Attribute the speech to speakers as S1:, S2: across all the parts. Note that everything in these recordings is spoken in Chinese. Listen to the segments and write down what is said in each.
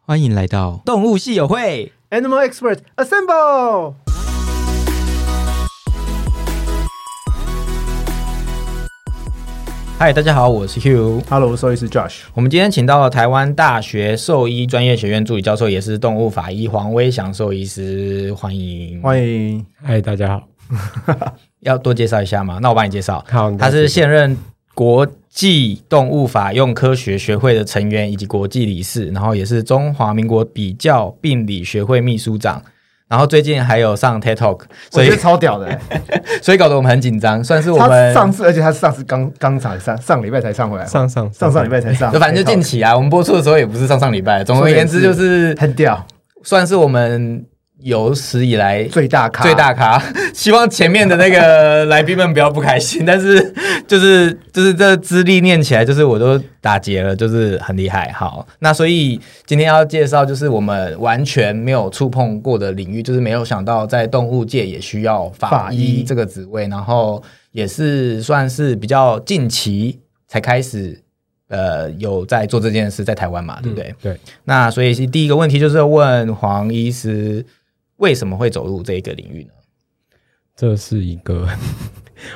S1: 欢迎来到动物系友会。
S2: Animal Expert Assemble！
S1: 嗨，大家好，我是 Hugh。
S2: Hello，我是兽医师 Josh。
S1: 我们今天请到了台湾大学兽医专业学院助理教授，也是动物法医黄威祥兽医师，欢迎。
S2: 欢迎。
S3: 嗨，大家好。
S1: 要多介绍一下吗？那我帮你介绍。
S3: 好，
S1: 他是现任国际动物法用科学学会的成员以及国际理事，然后也是中华民国比较病理学会秘书长。然后最近还有上 TED Talk，
S2: 我
S1: 所
S2: 觉
S1: 以
S2: 得超屌的、欸，
S1: 所以搞得我们很紧张，算是我
S2: 他
S1: 们
S2: 上次，而且他上次刚刚才上上礼拜才上回来，
S3: 上上
S2: 上上礼拜才上，
S1: 就反正就近期啊，我们播出的时候也不是上上礼拜。总而言之，就是
S2: 很屌，
S1: 算是我们有史以来
S2: 最大咖，
S1: 最大咖。 希望前面的那个来宾们不要不开心，但是 就是就是这资历念起来，就是我都打结了，就是很厉害。好，那所以今天要介绍就是我们完全没有触碰过的领域，就是没有想到在动物界也需要法
S2: 法
S1: 医
S2: 医
S1: 这个职位，然后也是算是比较近期才开始。呃，有在做这件事，在台湾嘛，对不对？
S3: 对，
S1: 那所以第一个问题就是问黄医师为什么会走入这个领域呢？
S3: 这是一个，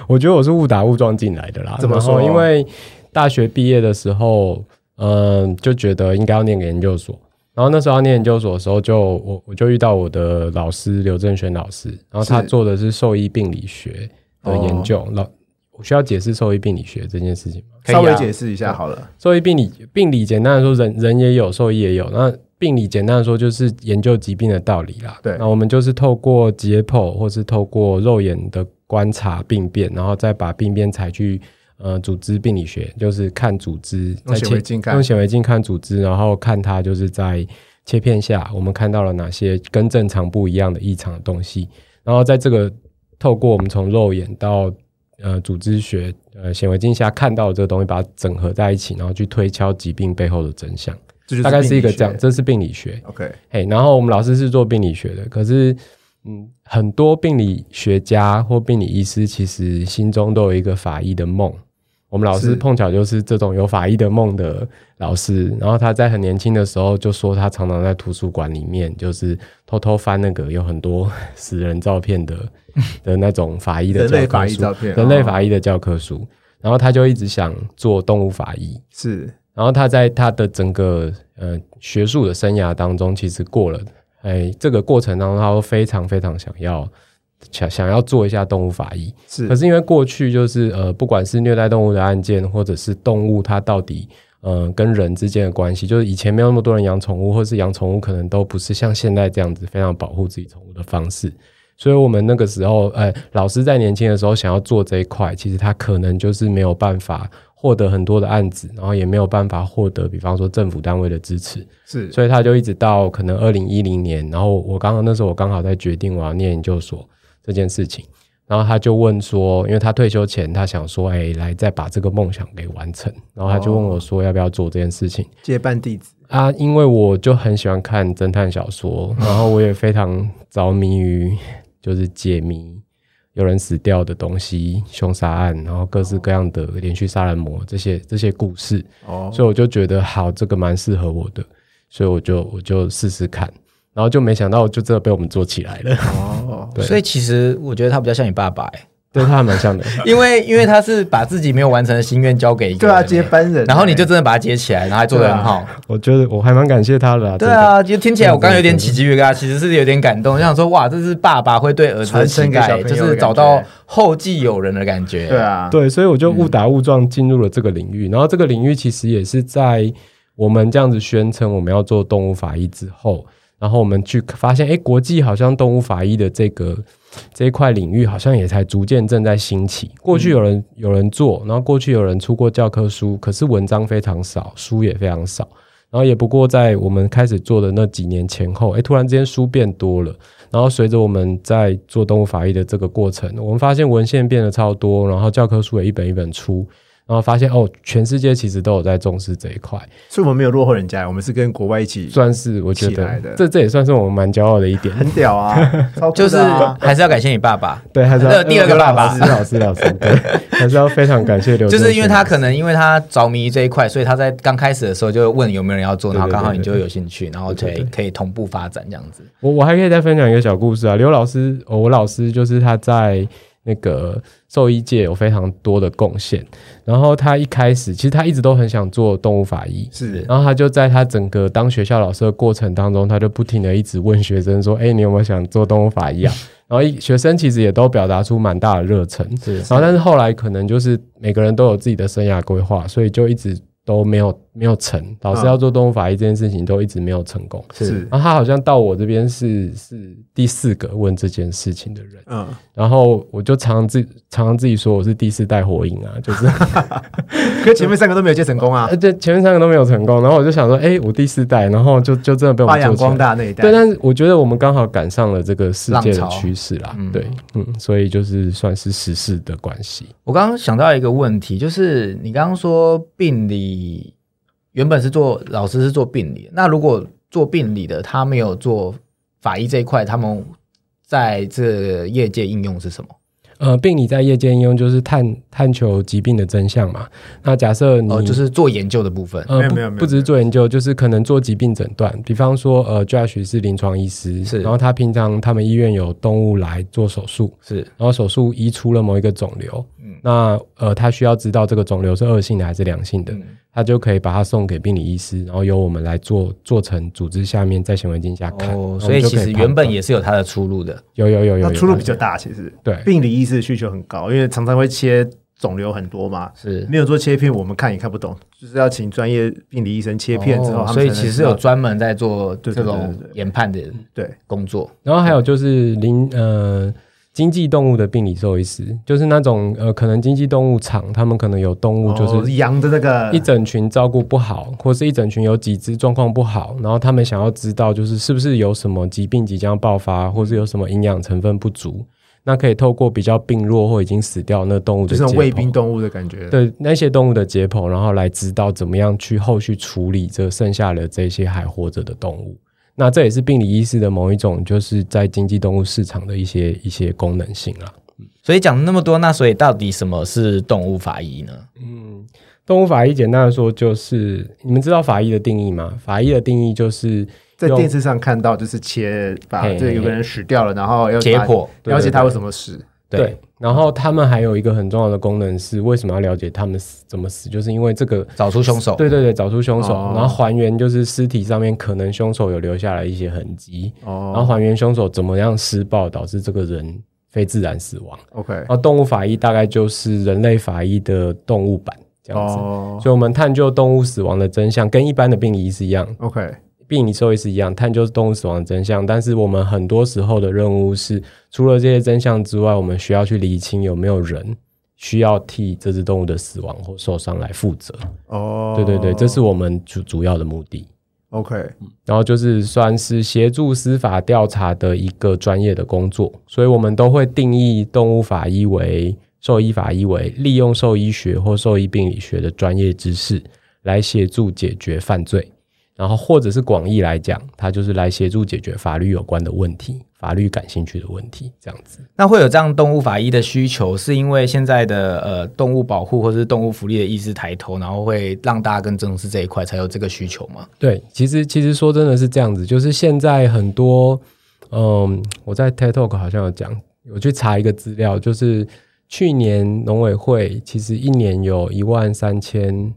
S3: 我觉得我是误打误撞进来的啦。
S2: 怎么
S3: 然后
S2: 说
S3: 因为大学毕业的时候，嗯，就觉得应该要念个研究所。然后那时候要念研究所的时候就，我我就遇到我的老师刘正轩老师，然后他
S2: 是哦
S3: 做的是兽医病理学的研究。老，我需要解释兽医病理学这件事情吗？
S1: 可以啊
S2: 稍微解释一下好了。
S3: 兽医病理病理简单的说人，人也有，兽医也有。那病理简单的说，就是研究疾病的道理啦。
S2: 对
S3: 那我们就是透过解剖，或是透过肉眼的观察病变，然后再把病变采去呃组织病理学，就是看组织，
S2: 用
S3: 再
S2: 显
S3: 切
S2: 微镜看
S3: 用显微镜看组织，然后看它就是在切片下，我们看到了哪些跟正常不一样的异常的东西。然后在这个透过我们从肉眼到呃组织学呃显微镜下看到的这个东西，把它整合在一起，然后去推敲疾病背后的真相，
S2: 这就是
S3: 大概是一个这样
S2: 病理。学
S3: 这是病理学，
S2: OK，
S3: 嘿，然后我们老师是做病理学的，可是嗯，很多病理学家或病理医师其实心中都有一个法医的梦。我们老
S2: 是
S3: 师碰巧就是这种有法医的梦的老师，然后他在很年轻的时候就说，他常常在图书馆里面就是偷偷翻那个有很多 死人照 片的的那种法医的
S2: 人
S3: 教
S2: 类法
S3: 科
S2: 医
S3: 书，
S2: 照片，
S3: 人类
S2: 哦
S3: 法医的教科书，然后他就一直想做动物法医，
S2: 是
S3: 然后他在他的整个呃学术的生涯当中，其实过了，哎，这个过程当中，他都非常非常想要想想要做一下动物法医，
S2: 是
S3: 可是因为过去就是呃，不管是虐待动物的案件，或者是动物它到底呃跟人之间的关系，就是以前没有那么多人养宠物，或是养宠物可能都不是像现在这样子非常保护自己宠物的方式。所以，我们那个时候，呃，老师在年轻的时候想要做这一块，其实他可能就是没有办法获得很多的案子，然后也没有办法获得，比方说政府单位的支持。
S2: 是
S3: 所以他就一直到可能二零一零年，然后我刚好那时候我刚好在决定我要念研究所这件事情，然后他就问说，因为他退休前他想说，哎，来再把这个梦想给完成，然后他就问我说要不要做这件事情、
S2: 接班弟子，
S3: 啊，因为我就很喜欢看侦探小说，然后我也非常着迷于就是解谜。有人死掉的东西，凶杀案，然后各式各样的连续杀人魔这些这些故事，
S2: 哦，
S3: 所以我就觉得好，这个蛮适合我的，所以我就我就试试看，然后就没想到就真的被我们做起来了，
S2: 哦，
S3: 对
S1: 所以其实我觉得他比较像你爸爸、 欸，
S3: 对他还蛮像的，
S1: 因为因为他是把自己没有完成的心愿交给一个
S2: 对
S1: 人、欸
S2: 啊，接班人，
S1: 然后你就真的把它接起来，然后还做得很好。
S3: 我觉得我还蛮感谢他的啦，
S1: 对
S3: 真的，
S1: 啊，就听起来我刚刚有点起鸡皮疙瘩，其实是有点感动，想说哇，这是爸爸会对儿子的
S2: 传
S1: 期
S2: 承给小
S1: 待，
S2: 朋友的
S1: 就是找到后继有人的感觉。
S2: 对，啊，
S3: 对，所以我就误打误撞进入了这个领域，然后这个领域其实也是在我们这样子宣称我们要做动物法医之后。然后我们去发现，哎，国际好像动物法医的这个这一块领域，好像也才逐渐正在兴起。过去有人、有人做，然后过去有人出过教科书，可是文章非常少，书也非常少。然后也不过在我们开始做的那几年前后，哎，突然之间书变多了。然后随着我们在做动物法医的这个过程，我们发现文献变得超多，然后教科书也一本一本出。然后发现哦，全世界其实都有在重视这一块，
S2: 所以我们没有落后人家，我们是跟国外一 起，
S3: 算是我觉
S2: 起来
S3: 得
S2: 的
S3: 这这也算是我们蛮骄傲的一点。
S2: 很屌啊，超酷
S1: 就是
S2: 的啊
S1: 还是要感谢你爸爸，
S3: 对，还是要呃
S1: 那第二个爸爸
S3: 老师老师老师，对，还是要非常感谢刘
S1: 就
S3: 真轩，
S1: 是因为他可能因为他着迷于这一块，所以他在刚开始的时候就问有没有人要做，
S3: 对
S1: 然后刚好
S3: 对对
S1: 你
S3: 对
S1: 就有兴趣，然后可以可以同步发展这样子。
S3: 我我还可以再分享一个小故事啊。刘老师，哦我老师就是他在那个兽医界有非常多的贡献。然后他一开始其实他一直都很想做动物法医，
S2: 是
S3: 然后他就在他整个当学校老师的过程当中，他就不停的一直问学生说：“哎、你有没有想做动物法医啊？”然后一学生其实也都表达出蛮大的热忱，
S1: 是
S3: 然后但是后来可能就是每个人都有自己的生涯规划，所以就一直都没有没有成。老师
S2: 嗯
S3: 要做动物法医这件事情都一直没有成
S1: 嗯
S3: 功。
S2: 是，
S3: 然后他好像到我这边是是第四个问这件事情的人，
S2: 嗯，
S3: 然后我就常自常常自己说我是第四代火影啊，就是
S2: 可前面三个都没有接成功啊
S3: 而，且呃前面三个都没有成功，然后我就想说，哎，我第四代，然后就就真的被我
S2: 发
S3: 们
S2: 扬
S3: 做
S2: 光
S3: 成。
S2: 大那一代
S3: 对，，但是我觉得我们刚好赶上了这个世界的
S1: 浪潮
S3: 趋势啦，
S1: 嗯
S3: 对，嗯，所以就是算是时事的关系，
S1: 我刚刚想到一个问题，就是你刚刚说病理原本是做老师是做病理，那如果做病理的他没有做法医这一块，他们在这业界应用是什么？
S3: 呃，病理在夜间应用就是探探求疾病的真相嘛。那假设你、
S1: 哦，就是做研究的部分。
S3: 呃，
S2: 没有
S3: 不
S2: 没有没有
S3: 不只是做研究，就是可能做疾病诊断，比方说呃，Josh 是临床医师，
S1: 是
S3: 然后他平常他们医院有动物来做手术，
S1: 是
S3: 然后手术移出了某一个肿瘤，
S1: 嗯
S3: 那呃，他需要知道这个肿瘤是恶性的还是良性的，
S1: 嗯
S3: 他就可以把它送给病理医师，然后由我们来做做成组织下面在显微镜下看，然后我
S1: 哦，
S3: 们
S1: 所以
S3: 就
S1: 其
S3: 可
S1: 实
S3: 判
S1: 原本
S3: 断
S1: 也是有它的出路的。
S3: 有有有有
S2: 那
S3: 有
S2: 出入比较大，其实
S3: 对
S2: 病理医师的需求很高，因为常常会切肿瘤很多嘛，
S1: 是
S2: 没有做切片，我们看也看不懂，就是要请专业病理医生切片之后，
S1: 哦
S2: 他们
S1: 所以
S2: 才能
S1: 其
S2: 知
S1: 实
S2: 道
S1: 有专门在做这
S2: 对对对
S1: 种
S2: 对对
S1: 研判的
S2: 对
S1: 工作。
S3: 然后还有就是临呃经济动物的病理兽医师，就是那种呃可能经济动物场，他们可能有动物就
S2: 哦
S3: 是
S2: 羊的那个
S3: 一整群照顾不好，或是一整群有几只状况不好，然后他们想要知道就是是不是有什么疾病即将爆发，或是有什么营养成分不足，那可以透过比较病弱或已经死掉那动物
S2: 就
S3: 的
S2: 是
S3: 解
S2: 那
S3: 剖
S2: 种卫兵动物的感觉，
S3: 对那些动物的解剖，然后来知道怎么样去后续处理这剩下的这些还活着的动物。那这也是病理医师的某一种，就是在经济动物市场的一些一些功能性啦。
S1: 所以讲了那么多，那所以到底什么是动物法医呢？
S3: 动物法医简单的说，就是你们知道法医的定义吗？法医的定义就是
S2: 在
S3: 用
S2: 电视上看到就是切把
S3: 嘿嘿
S2: 这有个人死掉了，然后要
S1: 解
S2: 把
S1: 剖
S3: 对
S2: 了解
S3: 对
S2: 他
S3: 对
S2: 为什么死，
S1: 对
S3: 对，然后他们还有一个很重要的功能是，为什么要了解他们死怎么死？就是因为这个
S1: 找出凶手。
S3: 对对对，找出凶手，
S2: 哦
S3: 然后还原就是尸体上面可能凶手有留下来一些痕迹，
S2: 哦
S3: 然后还原凶手怎么样施暴导致这个人非自然死亡。
S2: OK
S3: 然后动物法医大概就是人类法医的动物版这样子，
S2: 哦
S3: 所以我们探究动物死亡的真相，跟一般的病理医师一样，
S2: OK
S3: 病理兽医师一样，探究动物死亡的真相。但是我们很多时候的任务是，除了这些真相之外，我们需要去厘清有没有人需要替这只动物的死亡或受伤来负责。
S2: 哦，
S3: 对对对，这是我们主主要的目的。
S2: OK
S3: 然后就是算是协助司法调查的一个专业的工作，所以我们都会定义动物法医为兽医法医为利用兽医学或兽医病理学的专业知识来协助解决犯罪，然后或者是广义来讲，它就是来协助解决法律有关的问题，法律感兴趣的问题，这样子。
S1: 那会有这样动物法医的需求，是因为现在的呃动物保护或是动物福利的意识抬头，然后会让大家更重视这一块，才有这个需求吗？
S3: 对，其实其实说真的是这样子，就是现在很多，嗯，我在 TED Talk 好像有讲，我去查一个资料，就是去年农委会其实一年有一万三千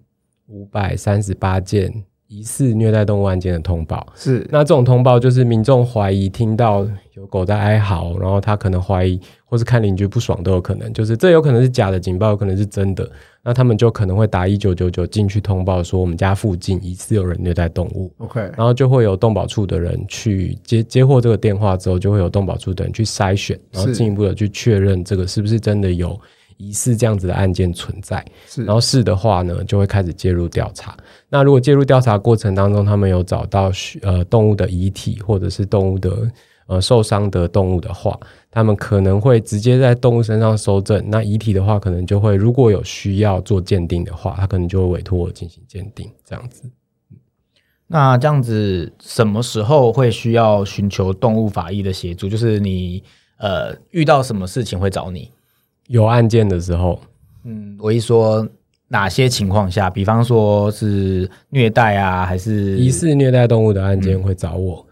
S3: 五百三十八件疑似虐待动物案件的通报。
S2: 是
S3: 那这种通报就是民众怀疑听到有狗在哀嚎，然后他可能怀疑，或是看邻居不爽都有可能，就是这有可能是假的警报，有可能是真的。那他们就可能会打一九九九进去通报说我们家附近疑似有人虐待动物，
S2: OK
S3: 然后就会有动保处的人去接接获这个电话之后，就会有动保处的人去筛选，然后
S2: 是
S3: 进一步的去确认这个是不是真的有疑似这样子的案件存在。
S2: 是
S3: 然后是的话呢，就会开始介入调查。那如果介入调查过程当中，他们有找到呃动物的遗体或者是动物的呃受伤的动物的话，他们可能会直接在动物身上搜证。那遗体的话，可能就会如果有需要做鉴定的话，他可能就会委托我进行鉴定，这样子。
S1: 那这样子，什么时候会需要寻求动物法医的协助？就是你呃遇到什么事情会找你？
S3: 有案件的时候，
S1: 嗯，我一说哪些情况下，比方说是虐待啊，还是
S3: 疑似虐待动物的案
S2: 嗯
S3: 件会找我，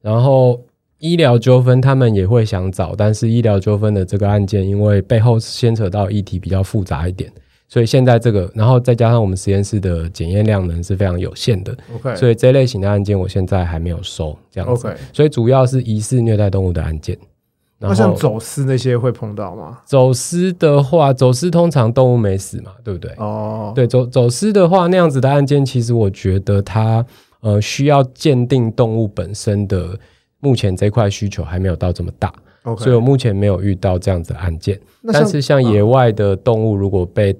S3: 然后医疗纠纷他们也会想找，但是医疗纠纷的这个案件，因为背后牵扯到议题比较复杂一点，所以现在这个，然后再加上我们实验室的检验量能是非常有限的，
S2: OK，
S3: 所以这类型的案件我现在还没有收这样子
S2: OK
S3: 所以主要是疑似虐待动物的案件，然
S2: 那像
S3: 后。
S2: 走私那些会碰到吗？
S3: 走私的话，走私通常动物没死嘛，对不对？
S2: 哦，
S3: 对，走走私的话，那样子的案件，其实我觉得它呃需要鉴定动物本身的目前这块需求还没有到这么大
S2: ，OK，
S3: 所以我目前没有遇到这样子的案件。
S2: 那像
S3: 但是像野外的动物，如果被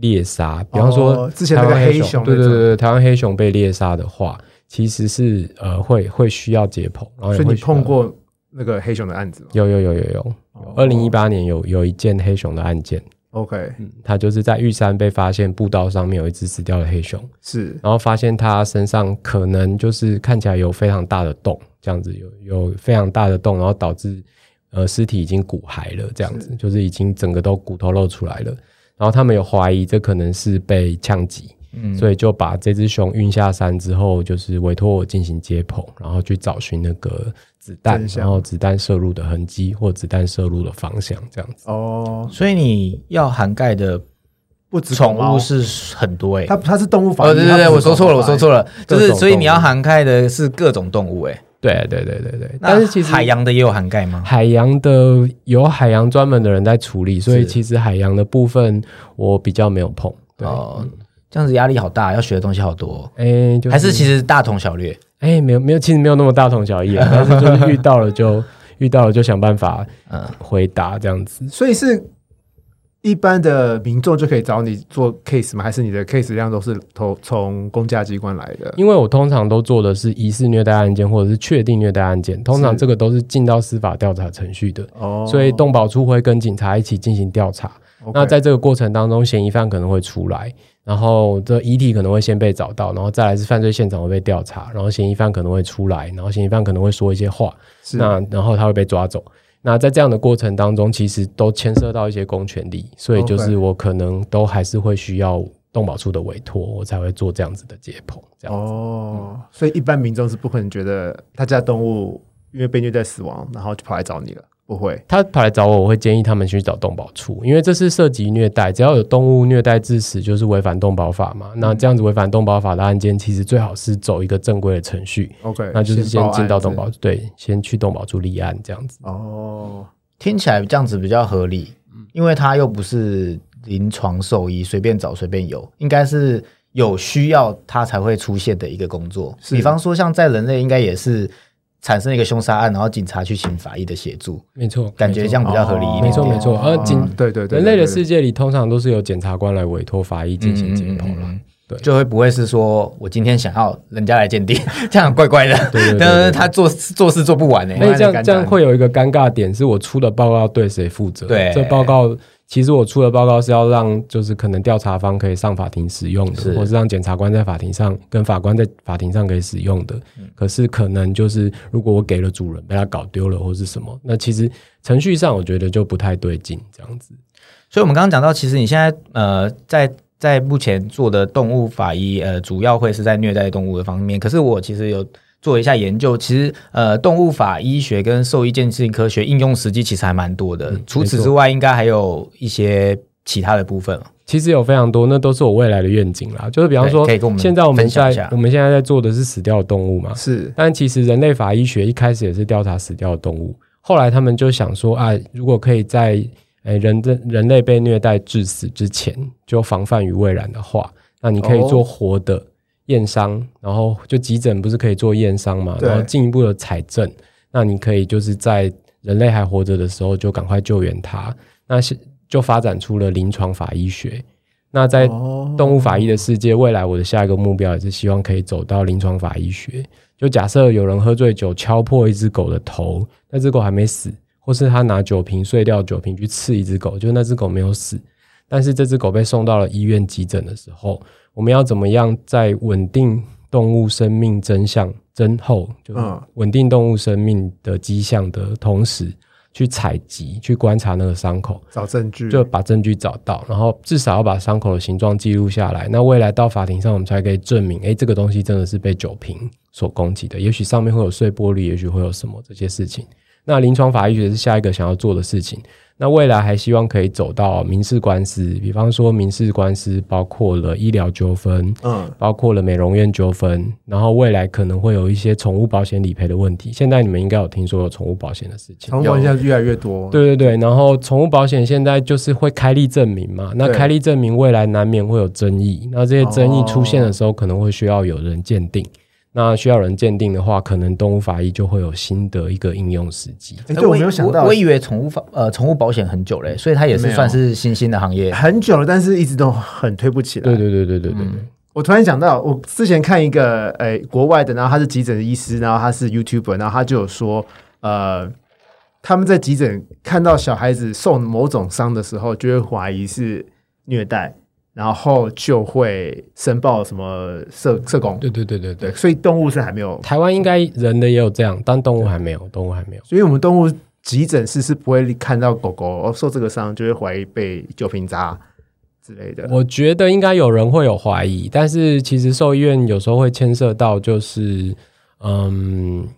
S3: 猎杀，比方说、
S2: 哦之前那个黑熊
S3: 对对
S2: 那
S3: 对
S2: 种
S3: 对，台湾黑熊被猎杀的话，其实是呃会会需要解剖，然后也
S2: 所以
S3: 会
S2: 你
S3: 需要
S2: 碰过哦那个黑熊的案子吗
S3: 有有有有有，二零一八年有有一件黑熊的案件，
S2: ？OK，
S3: 嗯，它就是在玉山被发现步道上面有一只死掉的黑熊。
S2: 是
S3: 然后发现它身上可能就是看起来有非常大的洞，这样子有有非常大的洞，然后导致呃尸体已经骨骸了，这样子就是已经整个都骨头露出来了。然后他们有怀疑这可能是被枪击，所以就把这只熊运下山之后，就是委托我进行解剖，然后去找寻那个子弹
S2: 真，相
S3: 然后子弹射入的痕迹或子弹射入的方向，这样子。
S2: 哦，
S1: 所以你要涵盖的
S2: 不止
S1: 宠
S2: 狗猫
S1: 物，是很多诶、
S2: 它它是动物法医，
S1: 哦，对对对，我说错了，我说
S2: 了。
S1: 错了，就
S3: 欸各
S1: 是
S3: 种
S1: 所以你要
S3: 动物
S1: 涵盖的是各种动物诶、欸
S3: 对对对对对，
S1: 那
S3: 但是其实
S1: 海洋的也有涵盖吗？
S3: 海洋的有海洋专门的人在处理，所以其实海洋的部分我比较没有碰。对，哎、
S1: 哦，这样子压力好大，要学的东西好多哦、
S3: 就是
S1: 还是其实大同小略。
S3: 哎、没有没有，其实没有那么大同小 异啊，但是就是遇到了就遇到了就想办法
S1: 嗯
S3: 回答这样子。
S2: 所以是一般的民众就可以找你做 case 吗？还是你的 case 量都是投从公家机关来的？
S3: 因为我通常都做的是疑似虐待案件或者是确定虐待案件，通常
S2: 是
S3: 这个都是进到司法调查程序的，
S2: 哦
S3: 所以动保处会跟警察一起进行调查。那在这个过程当中，嫌疑犯可能会出来，然后这遗体可能会先被找到，然后再来是犯罪现场会被调查，然后嫌疑犯可能会出来，然后嫌疑犯可能会说一些话，
S2: 是
S3: 那然后他会被抓走。那在这样的过程当中，其实都牵涉到一些公权力，所以就是
S2: OK
S3: 我可能都还是会需要动保处的委托，我才会做这样子的解剖。这样，嗯
S2: 哦，所以一般民众是不可能觉得他家动物因为被虐待死亡，然后就跑来找你了，不会。
S3: 他跑来找我，我会建议他们去找动保处，因为这是涉及虐待，只要有动物虐待致死，就是违反动保法嘛。那这样子违反动保法的案件，其实最好是走一个正规的程序，
S2: OK，
S3: 那就是先
S2: 报
S3: 进到
S2: 案
S3: 动
S2: 子
S3: 保，对，先去动保处立案这样子。
S2: 哦，
S1: 听起来这样子比较合理，
S3: 嗯
S1: 因为他又不是临床兽医，随便找随便有，应该是有需要他才会出现的一个工作。
S2: 是
S1: 比方说，像在人类应该也是产生一个凶杀案，然后警察去请法医的协助，
S3: 没错，
S1: 感觉这样比较合理一点
S3: 没错没错呃
S2: 哦
S3: 警
S2: 对对对，
S3: 人类的世
S2: 事
S3: 界里通常都是由检察官来委托法医进行解剖
S1: 嗯嗯嗯
S3: 啦。
S1: 嗯
S3: 对
S1: 就会不会是说我今天想要人家来鉴定， 这样怪怪的，
S3: 对对对
S1: 但是
S3: 对
S1: 他做做事做不完呢、欸
S3: 而且哎这
S2: 我爱的
S3: 样
S2: 尴尬
S3: 这样会有一个尴尬点，是我出的报告对谁负责？
S1: 对
S3: 这报告其实我出的报告是要让就是可能调查方可以上法庭使用的，
S1: 是
S3: 或是让检察官在法庭上跟法官在法庭上可以使用的。
S1: 嗯
S3: 可是可能就是如果我给了主人被他搞丢了或是什么，那其实程序上我觉得就不太对劲，这样子。
S1: 所以，我们刚刚讲到，其实你现在呃，在在目前做的动物法医，呃，主要会是在虐待动物的方面。可是我其实有做一下研究，其实呃，动物法医学跟兽医鉴定科学应用实际其实还蛮多的。
S3: 嗯
S1: 除此
S3: 没错
S1: 之外，应该还有一些其他的部分。
S3: 其实有非常多，那都是我未来的愿景啦。就是比方
S1: 对
S3: 说
S1: 可以跟我，们
S3: 现在我们
S1: 分享一下
S3: 在我们现在在做的是死掉的动物嘛，
S2: 是
S3: 但其实人类法医学一开始也是调查死掉的动物，后来他们就想说啊，如果可以在诶人的人类被虐待致死之前就防范于未然的话，那你可以
S2: 哦
S3: 做活的验伤，然后就急诊不是可以做验伤嘛，
S2: 对
S3: 然后进一步的采证，那你可以就是在人类还活着的时候就赶快救援它，那是就发展出了临床法医学。那在
S2: 哦
S3: 动物法医的世界，未来我的下一个目标也是希望可以走到临床法医学，就假设有人喝醉酒敲破一只狗的头，那只狗还没死，或是他拿酒瓶碎掉酒瓶去刺一只狗，就那只狗没有死，但是这只狗被送到了医院急诊的时候，我们要怎么样在稳定动物生命真相真后，就是
S2: 嗯
S3: 稳定动物生命的迹象的同时，去采集、去观察那个伤口，
S2: 找证据，
S3: 就把证据找到，然后至少要把伤口的形状记录下来。那未来到法庭上，我们才可以证明，诶，这个东西真的是被酒瓶所攻击的。也许上面会有碎玻璃，也许会有什么这些事情。那临床法医学是下一个想要做的事情。那未来还希望可以走到民事官司，比方说民事官司包括了医疗纠纷，
S2: 嗯，
S3: 包括了美容院纠纷，然后未来可能会有一些宠物保险理赔的问题。现在你们应该有听说有宠物保险的事情，
S2: 宠物保险现在越来越多，，
S3: 对对对，然后宠物保险现在就是会开立证明嘛，那
S2: 对
S3: 开立证明未来难免会有争议，那这些争议
S2: 哦
S3: 出现的时候，可能会需要有人鉴定。那需要人鉴定的话，可能动物法医就会有新的一个应用时机。
S2: 哎，对我没有想到
S1: 我，我以为宠物法呃宠物保险很久嘞，所以它也是
S2: 没有
S1: 算是新兴的行业。
S2: 很久了，但是一直都很推不起来。
S3: 对对对对对
S2: 嗯
S3: 对，
S2: 我突然想到，我之前看一个诶、国外的，然后他是急诊的医师，然后他是 YouTuber，然后他就有说，呃，他们在急诊看到小孩子受某种伤的时候，就会怀疑是虐待，然后就会申报什么社社工。
S3: 对对对对
S2: 对，
S3: 对。
S2: 所以动物是还没有，
S3: 台湾应该人的也有这样，但动物还没有，动物还没有。
S2: 所以我们动物急诊室是不会看到狗狗、哦、受这个伤，就会怀疑被酒瓶砸之类的。
S3: 我觉得应该有人会有怀疑，但是其实兽医院有时候会牵涉到，就是嗯，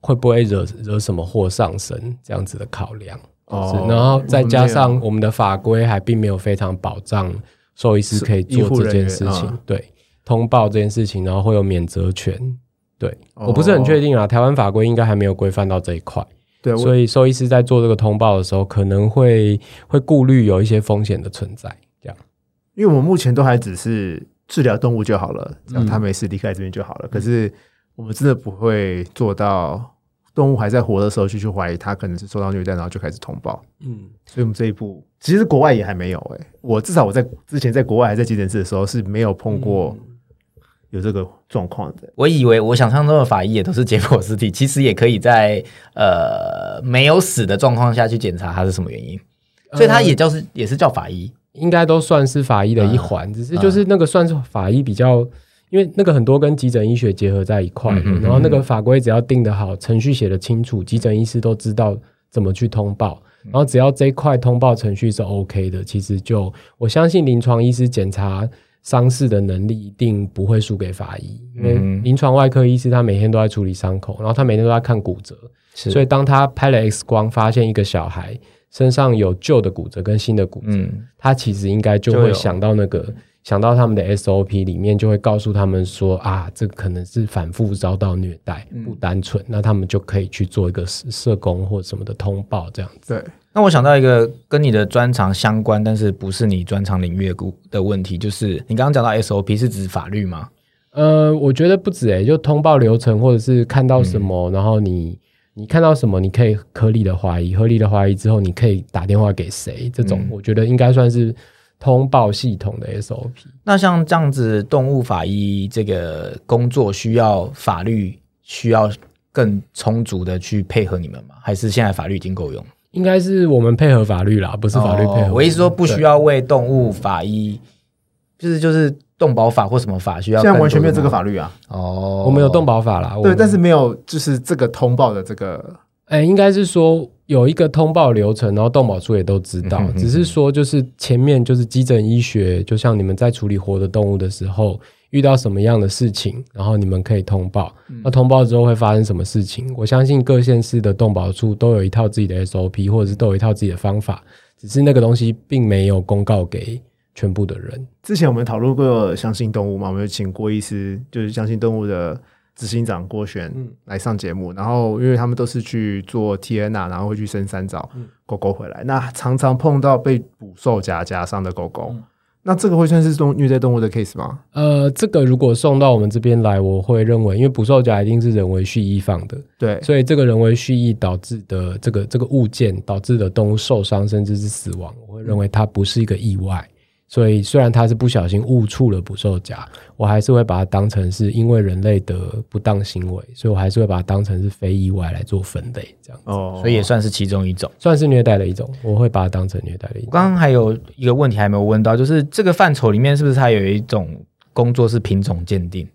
S3: 会不会惹惹什么祸上身这样子的考量。
S2: 哦
S3: 是然后再加
S2: 我
S3: 上
S2: 们
S3: 我们的法规还并没有非常保障兽医师可以
S2: 医
S3: 做
S2: 护
S3: 这
S2: 人
S3: 件
S2: 员
S3: 事情，
S2: 嗯
S3: 对通报这件事情，然后会有免责权。对，
S2: 哦
S3: 我不是很确定啊，台湾法规应该还没有规范到这一块，
S2: 没有对，我
S3: 所以兽医师在做这个通报的时候，可能会会顾虑有一些风险的存在。这样，
S2: 因为我们目前都还只是治疗动物就好了，
S3: 嗯
S2: 只要它没事离开这边就好了。可是我们真的不会做到动物还在活的时候就去怀疑它可能是受到虐待，然后就开始通报。
S3: 嗯，
S2: 所以我们这一步其实国外也还没有哎、我至少我在之前在国外还在急诊室的时候是没有碰过
S3: 嗯
S2: 有这个状况的。
S1: 我以为我想象中的法医也都是解剖尸体，其实也可以在呃没有死的状况下去检查它是什么原因，所以它也就是、也是叫法医。
S3: 应该都算是法医
S1: 嗯
S3: 的一环，只是就是那个算是法医比较，因为那个很多跟急诊医学结合在一块的，
S1: 嗯哼
S3: 然后那个法规只要定得好，程序写得清楚，急诊医师都知道怎么去通报，
S1: 嗯
S3: 然后只要这一块通报程序是 OK 的，其实就我相信临床医师检查。伤势的能力一定不会输给法医，因为
S1: 嗯哼
S3: 临床外科医师他每天都在处理伤口，然后他每天都在看骨折，
S1: 是
S3: 所以当他拍了 X 光，发现一个小孩身上有旧的骨折跟新的骨折，
S1: 嗯
S3: 他其实应该就
S1: 就
S3: 会
S1: 有
S3: 想到那个，想到他们的 SOP 里面就会告诉他们说啊，这个可能是反复遭到虐待，
S1: 嗯
S3: 不单纯，那他们就可以去做一个社社工或什么的通报这样子。
S2: 对，
S1: 那我想到一个跟你的专长相关，但是不是你专长领域的故的问题，就是你刚刚讲到 SOP 是指法律吗？
S3: 呃，我觉得不止诶、就通报流程或者是看到什
S1: 嗯
S3: 么，然后你。你看到什么？你可以合理的怀疑，合理的怀疑之后，你可以打电话给谁？这种、
S1: 嗯
S3: 我觉得应该算是通报系统的 SOP。
S1: 那像这样子，动物法医这个工作需要法律需要更充足的去配合你们吗？还是现在法律已经够用？
S3: 应该是我们配合法律啦，不是法律配合们。
S1: 哦我意思说，不
S3: 对
S1: 需要为动物法医，就是就是动保法或什么法需要
S2: 现
S1: 更多的
S2: 在
S1: 吗。
S2: 完全没有这个法律啊。
S1: 哦，
S3: 我们有动保法啦，我
S2: 对，
S3: 们
S2: 但是没有就是这个通报的这个
S3: 哎、应该是说有一个通报流程，然后动保处也都知道，
S1: 嗯哼哼
S3: 只是说就是前面就是急诊医学，就像你们在处理活的动物的时候，遇到什么样的事情，然后你们可以通报。
S1: 嗯
S3: 那通报之后会发生什么事情？我相信各县市的动保处都有一套自己的 SOP，或者是都有一套自己的方法，只是那个东西并没有公告给全部的人。
S2: 之前我们讨论过相信动物嘛，我们有请郭医师，就是相信动物的执行长郭璇
S3: 嗯
S2: 来上节目。然后，因为他们都是去做 T N 啊，然后会去深山找狗狗回来，那常常碰到被捕兽夹夹伤的狗狗，那这个会算是动虐待动物的 case 吗？
S3: 呃，这个如果送到我们这边来，我会认为，因为捕兽夹一定是人为蓄意放的，
S2: 对，
S3: 所以这个人为蓄意导致的这个这个物件导致的动物受伤甚至是死亡，我会认为它不是一个意外，所以虽然它是不小心误触了捕兽夹，我还是会把它当成是因为人类的不当行为，所以我还是会把它当成是非意外来做分类，这样
S2: 哦，
S1: 所以也算是其中一种。
S3: 算是虐待的一种，我会把它当成虐待的一
S1: 我
S3: 种。
S1: 刚刚还有一个问题还没有问到，就是这个范畴里面是不是还有一种工作是品种鉴定？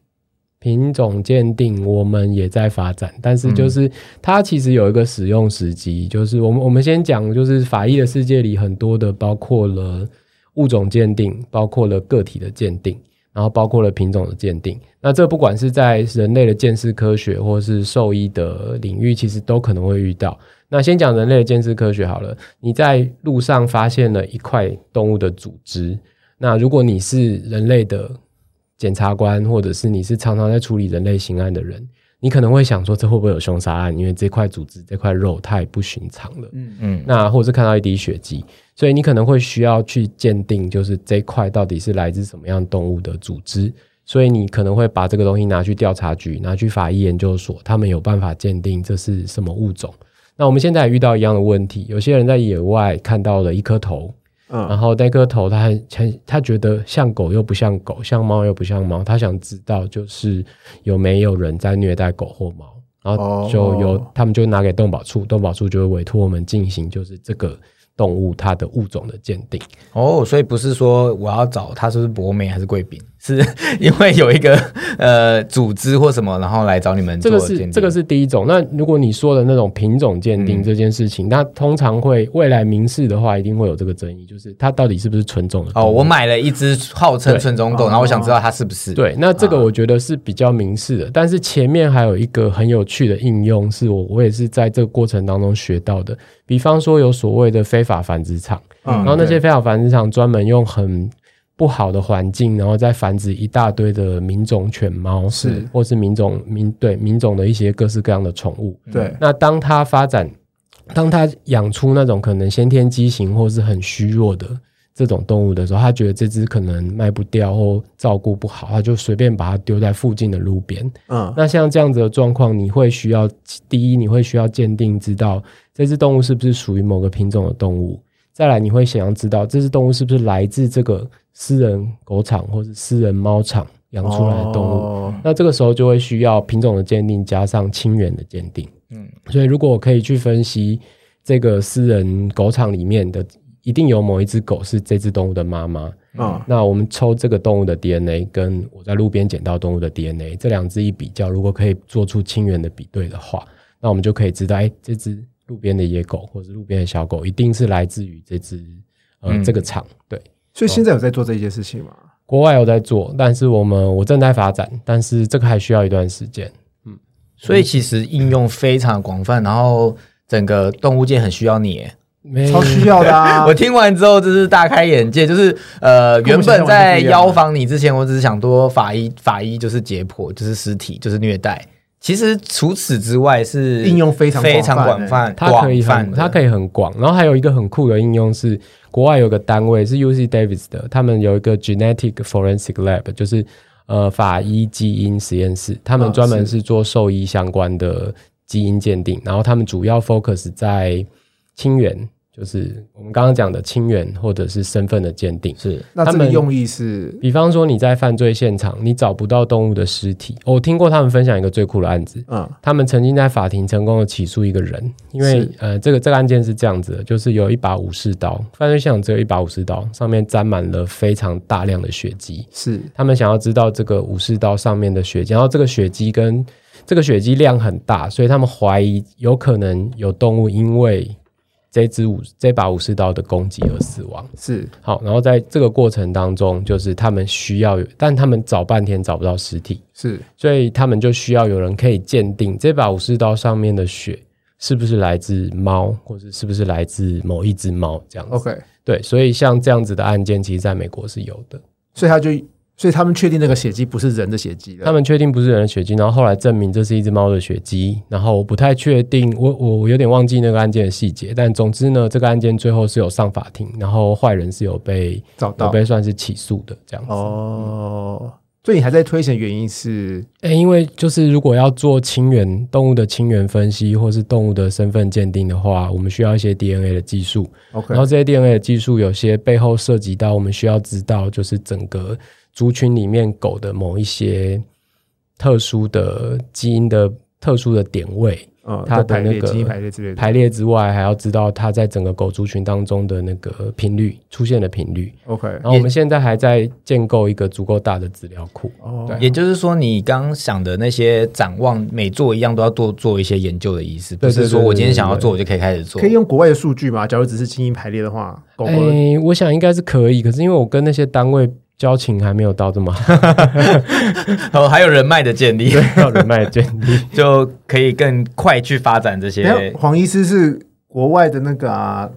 S3: 品种鉴定我们也在发展，但是就是它其实有一个使用时机，就是我们我们先讲，就是法医的世界里很多的，包括了物种鉴定，包括了个体的鉴定，然后包括了品种的鉴定。那这不管是在人类的鉴识科学，或是兽医的领域，其实都可能会遇到。那先讲人类的鉴识科学好了，你在路上发现了一块动物的组织，那如果你是人类的检察官，或者是你是常常在处理人类刑案的人，你可能会想说，这会不会有凶杀案？因为这块组织、这块肉太不寻常了。
S2: 嗯
S1: 嗯
S3: 那或者是看到一滴血迹，所以你可能会需要去鉴定，就是这块到底是来自什么样动物的组织。所以你可能会把这个东西拿去调查局，拿去法医研究所，他们有办法鉴定这是什么物种。那我们现在也遇到一样的问题，有些人在野外看到了一颗头，然
S2: 嗯
S3: 后那颗头他很很他觉得像狗又不像狗，像猫又不像猫，他想知道就是有没有人在虐待狗或猫，然后就由、
S2: 哦
S3: 他们就拿给动保处，动保处就会委托我们进行就是这个动物它的物种的鉴定。
S1: 哦，所以不是说我要找他是不是博美还是贵宾，是 因为有一个呃组织或什么，然后来找你们
S3: 这
S1: 做
S3: 个
S1: 鉴
S3: 是
S1: 定。
S3: 这个是第一种。那如果你说的那种品种鉴定
S1: 嗯
S3: 这件事情，那通常会未来民事的话一定会有这个争议，就是它到底是不是纯种的
S1: 哦，
S3: 动物
S1: 我买了一只号称
S3: 对
S1: 纯种
S2: 哦
S1: 狗，然后我想知道它是不是。，
S3: 对，那
S1: 啊
S3: 这个我觉得是比较明示的，但是前面还有一个很有趣的应用，是我我也是在这个过程当中学到的。比方说有所谓的非法繁殖场，
S2: 嗯
S3: 然后那些非法繁殖场专门用很不好的环境，然后再繁殖一大堆的品种犬猫，
S2: 是
S3: 或是品种民对民种的一些各式各样的宠物。
S2: 对
S3: 那当它发展，当它养出那种可能先天畸形或是很虚弱的这种动物的时候，他觉得这只可能卖不掉或照顾不好，他就随便把它丢在附近的路边。
S2: 嗯
S3: 那像这样子的状况，你会需要第一，你会需要鉴定知道这只动物是不是属于某个品种的动物；再来，你会想要知道这只动物是不是来自这个私人狗场或是私人猫场养出来的动物。
S2: 物
S3: 那这个时候就会需要品种的鉴定加上亲缘的鉴定。
S1: 嗯，
S3: 所以如果我可以去分析这个私人狗场里面的，一定有某一只狗是这只动物的妈妈。
S2: 嗯
S3: 那我们抽这个动物的 DNA，跟我在路边捡到动物的 DNA 这两只一比较，如果可以做出亲缘的比对的话，那我们就可以知道，哎，这只路边的野狗或者是路边的小狗，一定是来自于这只呃、
S1: 嗯
S3: 这个场。对，
S2: 所以现在有在做这件事情吗？
S3: 国外有在做，但是我们我正在发展，但是这个还需要一段时间。
S1: 所以
S2: 嗯
S1: 其实应用非常广泛，然后整个动物界很需要你耶。
S3: 没
S2: 超需要的 啊
S1: 我！听完之后就是大开眼界，就是呃，
S2: 跟
S1: 原
S2: 我想象
S1: 本
S2: 完
S1: 在
S2: 全不一样
S1: 邀访你之前，我只是想多法医，法医就是解剖，就是尸体，就是虐待。其实除此之外是
S2: 应用非常
S1: 非常
S2: 广
S1: 广泛，
S2: 泛
S3: 它可以
S1: 广泛
S3: 很，
S1: 的，
S3: 它可以很广。然后还有一个很酷的应用是，国外有个单位是 UC Davis 的，他们有一个 Genetic Forensic Lab，就是呃法医基因实验室，他们
S2: 啊
S3: 专门
S2: 是
S3: 是做兽医相关的基因鉴定，然后他们主要 focus 在亲缘，就是我们刚刚讲的亲缘或者是身份的鉴定。
S1: 是
S2: 那这
S3: 他
S2: 个
S3: 们
S2: 用意是
S3: 比方说你在犯罪现场，你找不到动物的尸体，哦我听过他们分享一个最酷的案子，
S2: 嗯
S3: 他们曾经在法庭成功的起诉一个人，因为
S2: 是
S3: 呃，这个这个案件是这样子的，就是有一把武士刀，犯罪现场只有一把武士刀，上面沾满了非常大量的血迹。
S2: 是
S3: 他们想要知道这个武士刀上面的血迹，然后这个血迹跟这个血迹量很大，所以他们怀疑有可能有动物因为这支武这把武士刀的攻击而死亡。
S2: 是
S3: 好，然后在这个过程当中，就是他们需要有，但他们找半天找不到尸体，
S2: 是
S3: 所以他们就需要有人可以鉴定这把武士刀上面的血是不是来自猫，或者是不是来自某一只猫这样子。
S2: OK，
S3: 对，所以像这样子的案件，其实在美国是有的。
S2: 所以他就所以他们确定那个血迹不是人的血迹了。
S3: 他们确定不是人的血迹，然后后来证明这是一只猫的血迹。然后我不太确定，我我我有点忘记那个案件的细节，但总之呢，这个案件最后是有上法庭，然后坏人是有被
S2: 找
S3: 有
S2: 到
S3: 被算是起诉的这样子。
S2: 哦，所以你还在推行的原因是
S3: 诶，因为就是如果要做亲缘动物的亲缘分析，或是动物的身份鉴定的话，我们需要一些 DNA 的技术。
S2: OK，
S3: 然后这些 DNA 的技术有些背后涉及到我们需要知道，就是整个族群里面狗的某一些特殊的基因的特殊的点位
S2: 呃，
S3: 它的
S2: 排列
S3: 那个
S2: 基因排列之类的。
S3: 排列之外，还要知道它在整个狗族群当中的那个频率出现的频率。
S2: OK，
S3: 然后我们现在还在建构一个足够大的资料库。
S2: 哦，
S1: 也就是说，你刚想的那些展望，每做一样都要多做一些研究的意思，不
S3: 对对
S1: 是说
S3: 对对
S1: 我今天想要
S3: 对对
S1: 做我就可以开始做
S2: 可。以用国外的数据吗？假如只是基因排列的话，狗狗
S3: 哎、我想应该是可以，可是因为我跟那些单位交情还没有到这么好，
S1: 哦，还有人脉的建立，
S3: 要人脉建立。
S1: 就可以更快去发展这
S2: 等一
S1: 些
S2: 下。黄医师是国外的那个啊，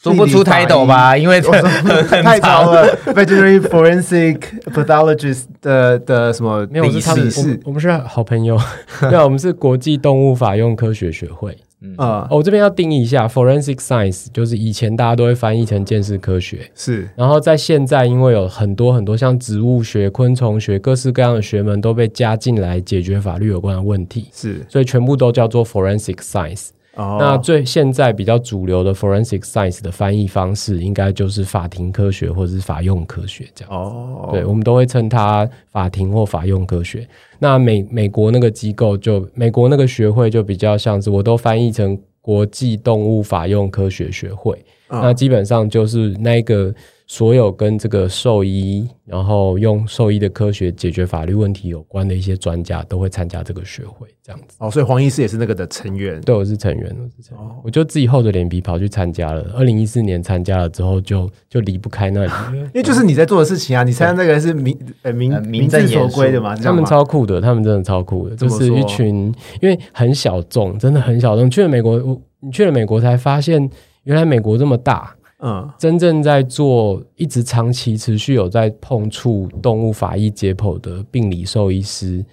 S1: 说不出
S2: 地理法医
S1: title 吧，因为
S2: 我说
S1: 很
S2: 太
S1: 长
S2: 长了，veterinary forensic pathologist 的的什么
S3: 没有，我
S2: 理
S3: 是他们
S2: 事
S3: 我们
S2: 是
S3: 我们是好朋友。 对啊，我们是国际动物法用科学学会。
S2: 啊，
S3: 哦，我这边要定义一下，forensic science 就是以前大家都会翻译成鉴识科学，
S2: 是
S3: 然后在现在，因为有很多很多像植物学、昆虫学、各式各样的学门都被加进来解决法律有关的问题，
S2: 是
S3: 所以全部都叫做 forensic science。
S2: 哦，
S3: 那最现在比较主流的 forensic science 的翻译方式，应该就是法庭科学或者是法用科学这样。
S2: 哦，
S3: 对，我们都会称它法庭或法用科学。那美美国那个机构就美国那个学会就比较像是，我都翻译成国际动物法用科学学会。
S2: 嗯
S3: 那基本上就是那一个所有跟这个兽医，然后用兽医的科学解决法律问题有关的一些专家都会参加这个学会，这样子。
S2: 哦，所以黄医师也是那个的成员，
S3: 对，我是成员，我是成
S2: 哦
S3: 员，我就自己厚着脸皮跑去参加了。二零一四年参加了之后就，就离不开那里了。
S2: 因为就是你在做的事情啊，你参加那个是民呃民
S1: 呃民
S2: 民
S1: 政
S2: 治
S1: 演
S2: 所
S1: 说
S2: 归的 嘛，这
S3: 他
S2: 样
S3: 们
S2: 吗
S3: 超酷的，他们真的超酷的，
S2: 怎
S3: 就
S2: 么
S3: 是一
S2: 说
S3: 群因为很小众，真的很小众。去了美国，我你去了美国才发现，原来美国这么大，
S2: 嗯
S3: 真正在做一直长期持续有在碰触动物法医解剖的病理兽医师，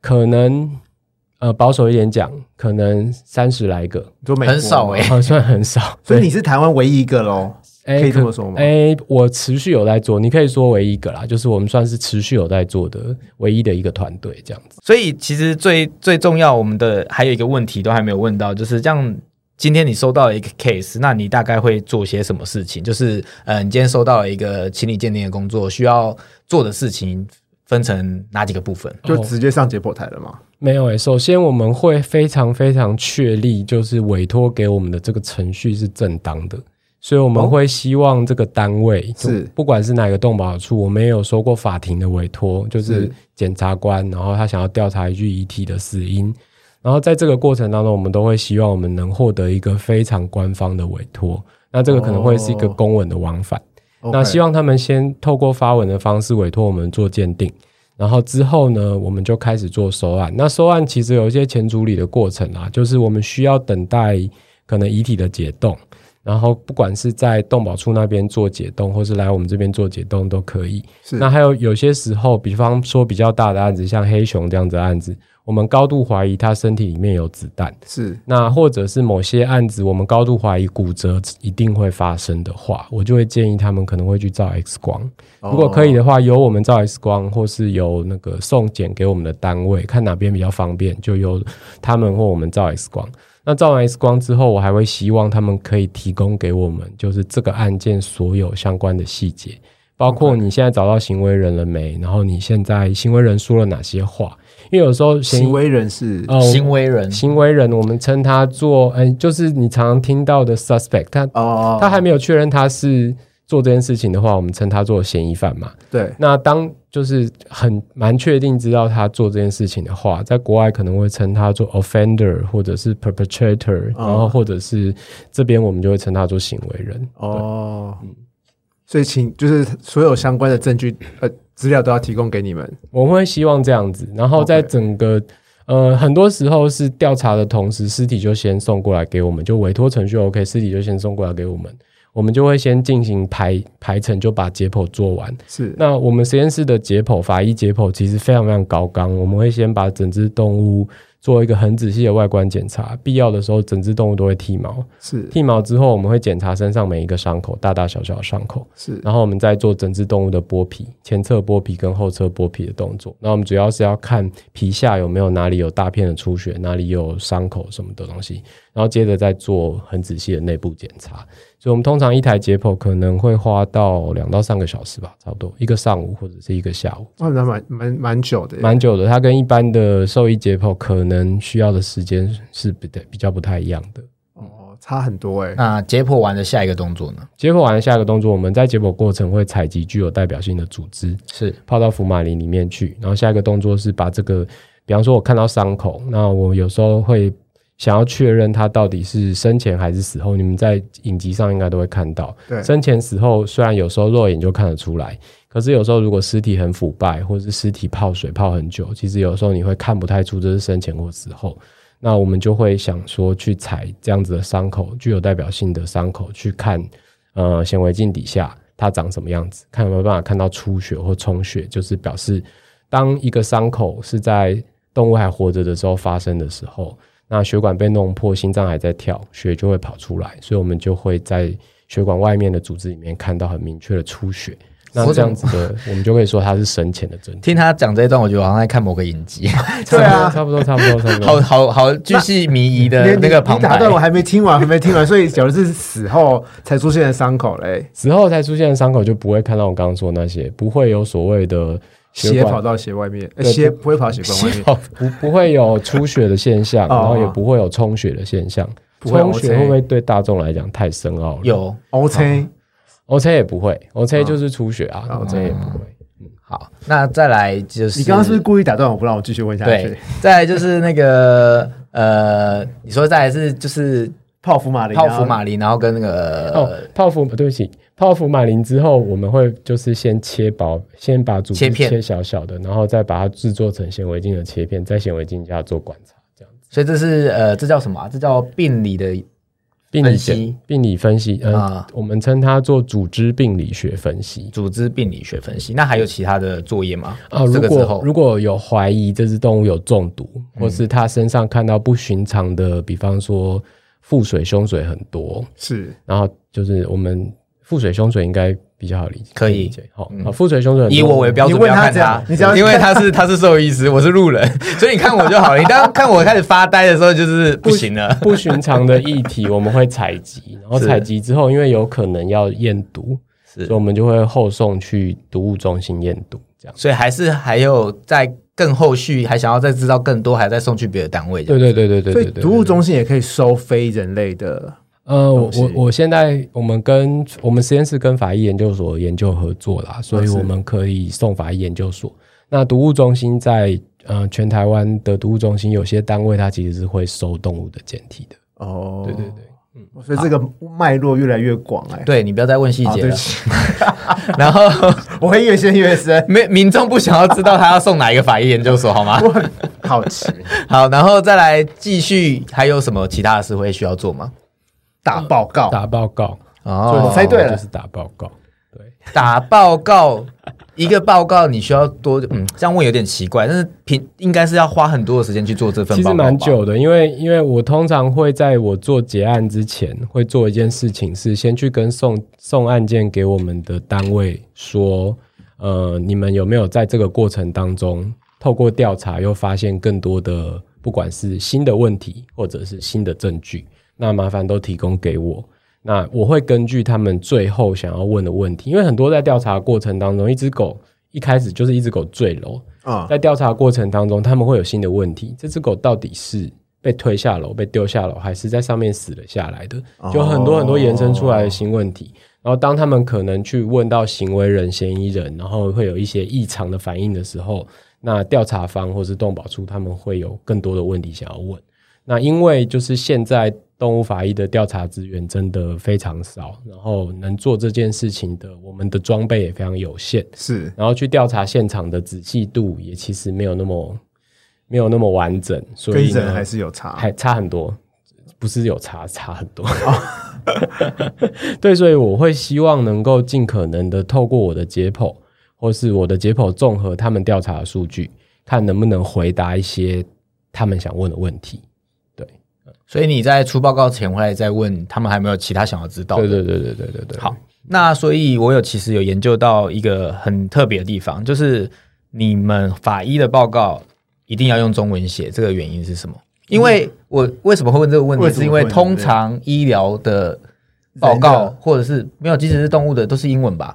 S3: 可能呃保守一点讲，可能三十来 个，
S2: 你说美国
S1: 很少哎、
S2: 吗
S3: 好像很少。
S2: 所以你是台湾唯一一个喽，
S3: 哎
S2: 可以这么说吗
S3: 哎、我持续有在做，你可以说唯一一个啦，就是我们算是持续有在做的唯一的一个团队这样子。
S1: 所以其实最最重要，我们的还有一个问题都还没有问到，就是这样。今天你收到了一个 case，那你大概会做些什么事情？就是，呃，你今天收到了一个情理鉴定的工作，需要做的事情分成哪几个部分？
S3: 哦
S2: 就直接上解剖台了嘛，
S3: 没有诶、欸首先我们会非常非常确立，就是委托给我们的这个程序是正当的，所以我们
S2: 哦
S3: 会希望这个单位
S2: 是
S3: 就不管是哪个动保处，我们也有收过法庭的委托，就是
S2: 是
S3: 检察官，然后他想要调查一具遗体的死因，然后在这个过程当中，我们都会希望我们能获得一个非常官方的委托，那这个可能会是一个
S2: 哦
S3: 公文的往返。那
S2: OK
S3: 希望他们先透过发文的方式委托我们做鉴定，然后之后呢，我们就开始做收案。那收案其实有一些前处理的过程啊，就是我们需要等待可能遗体的解冻，然后不管是在动保处那边做解冻，或是来我们这边做解冻都可以。
S2: 是
S3: 那还有有些时候，比方说比较大的案子，像黑熊这样子的案子，我们高度怀疑他身体里面有子弹。
S2: 是
S3: 那或者是某些案子，我们高度怀疑骨折一定会发生的话，我就会建议他们可能会去照 X 光。如果可以的话，由我们照 X 光，或是由那个送检给我们的单位，看哪边比较方便，就由他们或我们照 X 光。那照完 X 光之后，我还会希望他们可以提供给我们，就是这个案件所有相关的细节，包括你现在找到行为人了没，然后你现在行为人说了哪些话，因为有时候嫌疑
S2: 行为人是
S3: 呃
S1: 行为人
S3: 行为人，我们称他做，嗯、就是你常常听到的 suspect，他、
S2: 哦，
S3: 他还没有确认他是做这件事情的话，我们称他做嫌疑犯嘛。
S2: 对
S3: 那当就是很蛮确定知道他做这件事情的话，在国外可能会称他做 offender 或者是 perpetrator，、
S2: 哦
S3: 然后或者是这边我们就会称他做行为人。
S2: 哦，所以请就是所有相关的证据呃资料都要提供给你们，
S3: 我们会希望这样子，然后在
S2: OK
S3: 整个呃，很多时候是调查的同时，尸体就先送过来给我们，就委托程序 OK，尸体就先送过来给我们，我们就会先进行排排程，就把解剖做完。
S2: 是
S3: 那我们实验室的解剖，法医解剖其实非常非常高纲，我们会先把整只动物做一个很仔细的外观检查，必要的时候整只动物都会剃毛。
S2: 是
S3: 剃毛之后，我们会检查身上每一个伤口，大大小小的伤口，
S2: 是
S3: 然后我们再做整只动物的剥皮，前侧剥皮跟后侧剥皮的动作。那我们主要是要看皮下有没有哪里有大片的出血，哪里有伤口什么的东西，然后接着再做很仔细的内部检查。所以我们通常一台解剖可能会花到两到三个小时吧，差不多一个上午或者是一个下午，
S2: 哇，那蛮蛮蛮久的耶，
S3: 蛮久的。它跟一般的兽医解剖可能需要的时间是比的比较不太一样的。
S2: 哦，差很多哎。
S1: 那解剖完的下一个动作呢？
S3: 解剖完下一个动作，我们在解剖过程会采集具有代表性的组织，
S1: 是
S3: 泡到福马林里面去。然后下一个动作是把这个，比方说我看到伤口，那我有时候会想要确认它到底是生前还是死后。你们在影集上应该都会看到，
S2: 对
S3: 生前死后虽然有时候肉眼就看得出来，可是有时候如果尸体很腐败，或者是尸体泡水泡很久，其实有时候你会看不太出这是生前或死后。那我们就会想说去采这样子的伤口，具有代表性的伤口去看，呃，显微镜底下它长什么样子，看有没有办法看到出血或充血，就是表示当一个伤口是在动物还活着的时候发生的时候，那血管被弄破，心脏还在跳，血就会跑出来，所以我们就会在血管外面的组织里面看到很明确的出血。那
S1: 我
S3: 这
S1: 怎
S3: 样
S1: 么
S3: 子的，我们就可以说它是生前的症状。
S1: 听他讲这一段，我觉得我好像在看某个影集，
S2: 对啊，
S3: 差不多，差不多，差不多，差不多。
S1: 好好好，巨细靡遗
S3: 呃
S1: 的
S2: 连
S1: 那个
S2: 你
S1: 旁
S2: 你打
S1: 白。
S2: 断我还没听完，还没听完，所以假如是死后才出现的伤口嘞，
S3: 死后才出现的伤口就不会看到我刚刚说那些，不会有所谓的
S2: 血
S3: 血
S2: 跑
S3: 管
S2: 到血外面，呃
S3: 对
S2: 血不会跑到血管外面，
S3: 不不会有出血的现象，
S2: 哦
S3: 然后也不会有充血的现象。
S2: 不会
S3: 充血
S2: OK
S3: 会不会对大众来讲太深奥了？
S1: 有
S2: OK，
S3: 哦，OK 也不会，OK 就是出血啊
S2: 哦
S3: ，OK 也不会。
S1: 好，那再来就是
S2: 你刚刚是不是故意打断我，不让我继续问下
S1: 对
S2: 去？，
S1: 再来就是那个呃，你说再来是就是
S2: 泡芙马林，啊
S1: 泡芙马林，然后跟那个、
S3: 哦，泡芙，对不起，泡芙马林之后，我们会就是先切薄，先把组
S1: 切
S3: 织
S1: 片
S3: 切小小的，然后再把它制作成显微镜的切片，在显微镜下做观察，这样子。
S1: 所以这是呃，这叫什么啊、这叫病理的
S3: 病
S1: 分
S3: 理
S1: 析
S3: 学病理分析，嗯、
S1: 啊
S3: 我们称它做组织病理学分析。
S1: 组织病理学分析。那还有其他的作业吗？
S2: 哦
S3: 啊，
S1: 这
S3: 如
S1: 个之
S3: 果
S1: 后嗯
S3: 如果有怀疑这只动物有中毒，或是它身上看到不寻常的，比方说腹水、胸水很多，
S2: 是
S3: 然后就是我们腹水、胸水应该比较好理解，
S1: 可以
S3: 理解。好，啊腹水、胸水很多
S1: 以我为标准，
S2: 你
S1: 不
S2: 问
S1: 要
S2: 他
S1: 看
S2: 这样
S1: 他，嗯
S2: 你只要
S1: 因为他是他是兽医师，我是路人，所以你看我就好了。你当看我开始发呆的时候，就是不行了。
S3: 不寻常的议题，我们会采集，然后
S1: 是
S3: 采集之后，因为有可能要验毒，
S1: 是
S3: 所以我们就会后送去毒物中心验毒，这样。
S1: 所以还是还有在更后续，还想要再知道更多，还再送去别的单位。
S3: 对对对对对
S2: 所
S3: 对
S2: 以
S3: 对对。
S2: 毒物中心也可以收非人类的，
S3: 呃，我
S2: 东西
S3: 我我现在我们跟我们实验室跟法医研究所研究合作啦，所以
S2: 是
S3: 我们可以送法医研究所。那毒物中心在呃全台湾的毒物中心，有些单位它其实是会收动物的检体的。
S2: 哦，
S3: 对对对，嗯
S2: 对，所以这个脉络越来越广哎、
S1: 对你不要再问细
S2: 好
S1: 节
S2: 对不
S1: 了。
S2: 起，
S1: 然后
S2: 我会越陷越深，
S1: 没民众不想要知道他要送哪一个法医研究所，好 吗
S2: 我？很好奇。
S3: 嗯
S1: 好，然后再来继续，还有什么其他的事会需要做吗？
S2: 大报告，
S3: 打报告，
S1: 哦，
S2: 我猜对了
S3: 就是打报告。对，
S1: 打报告，一个报告你需要多，嗯，这样问有点奇怪，但是平应该是要花很多的时间去做这份
S3: 其
S1: 报
S3: 实
S1: 告吧
S3: 蛮久的，因为因为我通常会在我做结案之前，会做一件事情，是先去跟送送案件给我们的单位说，呃，你们有没有在这个过程当中，透过调查又发现更多的，不管是新的问题或者是新的证据，那麻烦都提供给我。那我会根据他们最后想要问的问题，因为很多在调查过程当中，一只狗一开始就是一只狗坠楼，
S2: 啊、
S3: 在调查过程当中，他们会有新的问题：这只狗到底是被推下楼、被丢下楼，还是在上面死了下来的？就很多很多延伸出来的新问题。然后，当他们可能去问到行为人、嫌疑人，然后会有一些异常的反应的时候，那调查方或是动保处他们会有更多的问题想要问。那因为就是现在动物法医的调查资源真的非常少，然后能做这件事情的，我们的装备也非常有限，
S2: 是
S3: 然后去调查现场的仔细度也其实没有那么没有那么完整，所
S2: 跟
S3: 以
S2: 人
S3: 呢
S2: 还是有差，
S3: 还差很多，不是有差差很多。 对，所以我会希望能够尽可能的透过我的解剖，或是我的解剖综合他们调查的数据，看能不能回答一些他们想问的问题。对，
S1: 所以你在出报告前回来再问他们还有没有其他想要知道的
S3: 对对对对对对对。
S1: 好，那所以，我有其实有研究到一个很特别的地方，就是你们法医的报告一定要用中文写，这个原因是什么？因为我为什么会问这个问题，
S2: 为什么
S1: 是因为
S2: 会
S1: 通常医疗的报
S2: 人
S1: 告
S2: 的
S1: 或者是没有，即使是动物的，都是英文吧？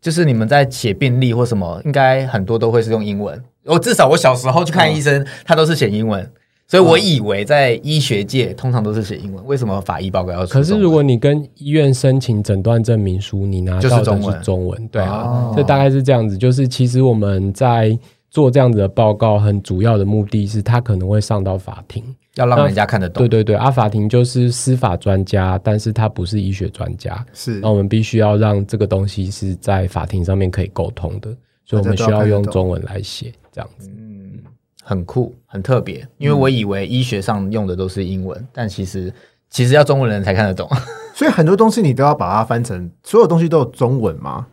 S1: 就是你们在写病历或什么，应该很多都会是用英文。我至少我小时候去看医
S2: 嗯
S1: 生，他都是写英文，所以我以为在医学界通常都是写英文。为什么法医报告要出中
S3: 可
S1: 文？
S3: 是如果你跟医院申请诊断证明书，你拿到的
S1: 就是中文
S3: 是中文，对啊
S2: 哦，
S3: 这大概是这样子。就是其实我们在做这样子的报告，很主要的目的是它可能会上到法庭。
S1: 要让人家看得懂
S3: 对，对对，啊，法庭就是司法专家，但是他不是医学专家，
S1: 嗯
S2: 是
S3: 那我们必须要让这个东西是在法庭上面可以沟通的，所以我们需要用中文来写这样
S1: 嗯
S3: 子。
S1: 很酷，很特别。因
S3: 嗯
S1: 为我以为医学上用的都是英文，但其实其实要中文人才看得懂。
S2: 所以很多东西你都要把它翻成，所有东西都有中文嘛。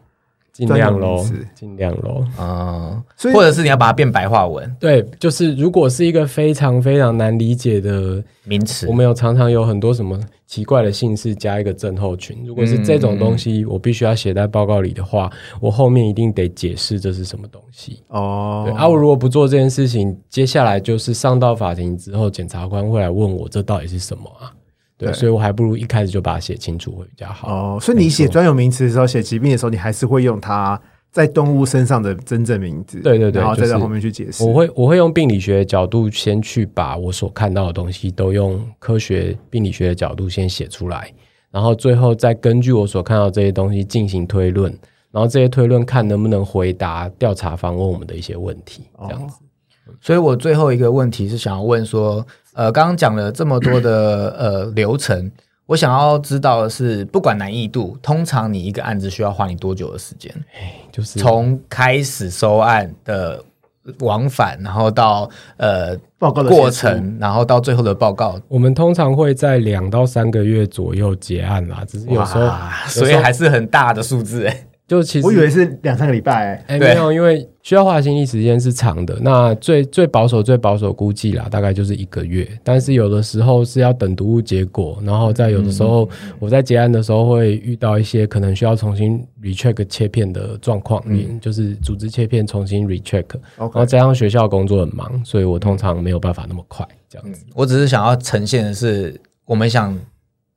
S3: 尽量
S2: 专有
S3: 喽
S2: 名词，
S3: 尽量喽。啊
S1: 嗯，
S2: 所 以
S1: 或者是你要把它变白话文
S3: 对，就是如果是一个非常非常难理解的
S1: 名词
S3: 我。们有常常有很多什么奇怪的姓氏加一个症候群，如果是这种东西，我必须要写在报告里的话，我后面一定得解释这是什么东西。
S2: 哦
S3: 对，啊，我如果不做这件事情，接下来就是上到法庭之后，检察官会来问我这到底是什么啊？对，
S2: 对
S3: 所以我还不如一开始就把它写清楚会比较好。
S2: 哦，所以你写专有名词的时候，写疾病的时候，你还是会用它在动物身上的真正名字，
S3: 对对对
S2: 然后
S3: 就
S2: 再
S3: 是
S2: 到后面去解释。
S3: 我会我会用病理学的角度先去把我所看到的东西都用科学病理学的角度先写出来，然后最后再根据我所看到的这些东西进行推论，然后这些推论看能不能回答调查方问我们的一些问题，
S2: 哦
S3: 这样子。
S1: 所以我最后一个问题是想要问说，呃，刚刚讲了这么多的呃流程，我想要知道的是，不管难易度，通常你一个案子需要花你多久的时间？
S3: 就是
S1: 从开始收案的往返，然后到呃
S2: 报告的
S1: 过
S2: 写出
S1: 程，然后到最后的报告，
S3: 我们通常会在两到三个月左右结案啦，只是有时候
S1: 哇所以还是很大的数字哎。
S3: 就其实
S2: 我以为是两三个礼拜、
S3: 哎，
S1: 对
S3: 没有，因为需要花心力时间是长的。那最最保守、最保守估计啦，大概就是一个月。但是有的时候是要等读物结果，然后在有的时
S1: 嗯
S3: 候，我在结案的时候会遇到一些可能需要重新 recheck 切片的状况，
S1: 嗯
S3: 就是组织切片重新 recheck。然
S2: OK
S3: 后加上学校工作很忙，所以我通常没有办法那么快这样子。
S1: 我只是想要呈现的是，我们想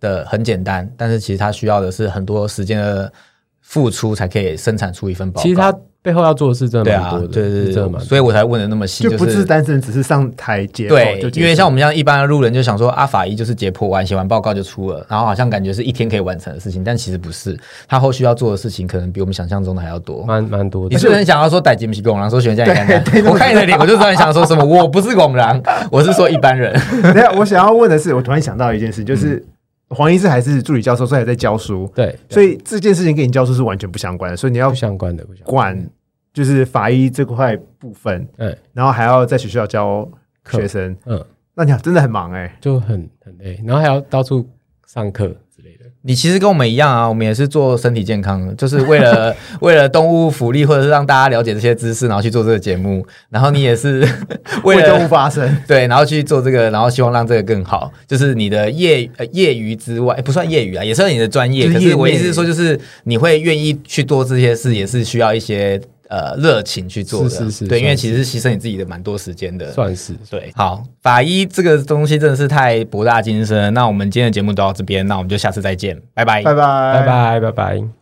S1: 的很简单，但是其实它需要的是很多时间的付出才可以生产出一嗯份报告。
S3: 其实它背后要做的事真
S1: 对
S3: 的
S1: 啊
S3: 蛮多，的，
S1: 对
S3: 是
S1: 对
S3: 真的蛮
S1: 对，
S3: 多的
S1: 所以我才问的那么细，
S2: 就不
S1: 是
S2: 是单纯只是上台解剖
S1: 对
S2: 就，结束
S1: 因为像我们这样一般的路人就想说，阿法医就是解剖完写完报告就出了，然后好像感觉是一天可以完成的事情，但其实不是，他后续要做的事情可能比我们想象中的还要多。
S3: 蛮蛮多的
S1: 你。是不是很想要说逮吉姆西拱狼，说选这样看
S2: 对
S1: 看？我看你的脸，我就知道你想说什么。我不是拱狼，我是说一般人。
S2: 等一下我想要问的是，我突然想到一件事，就是、黄医师还是助理教授，所以还在教书，
S3: 嗯对，
S2: 所以这件事情跟你教书是完全不相关的，所以你要
S3: 不相关的，不相关。
S2: 管就是法医这块部分，
S3: 嗯
S2: 然后还要在学校教学生，
S3: 嗯。
S2: 那你真的很忙哎、
S3: 就很很累，然后还要到处上课之类的。
S1: 你其实跟我们一样啊，我们也是做身体健康的，就是为了为了动物福利，或者是让大家了解这些知识，然后去做这个节目。然后你也是 为
S2: 为动物
S1: 了
S2: 发声。
S1: 对，然后去做这个，然后希望让这个更好。就是你的业呃业余之外，诶不算业余啊，也算你的专业。
S2: 就是
S1: 可
S2: 业内
S1: 是我意思是说，就是你会愿意去做这些事，也是需要一些呃热情去做的。
S3: 是是是
S1: 对，因为
S3: 算是
S1: 其实是牺牲你自己的蛮多时间的。
S3: 算是
S1: 对，好，法医这个东西真的是太博大精深了。那我们今天的节目都到这边，那我们就下次再见，拜拜，
S2: 拜拜，
S3: 拜拜拜拜。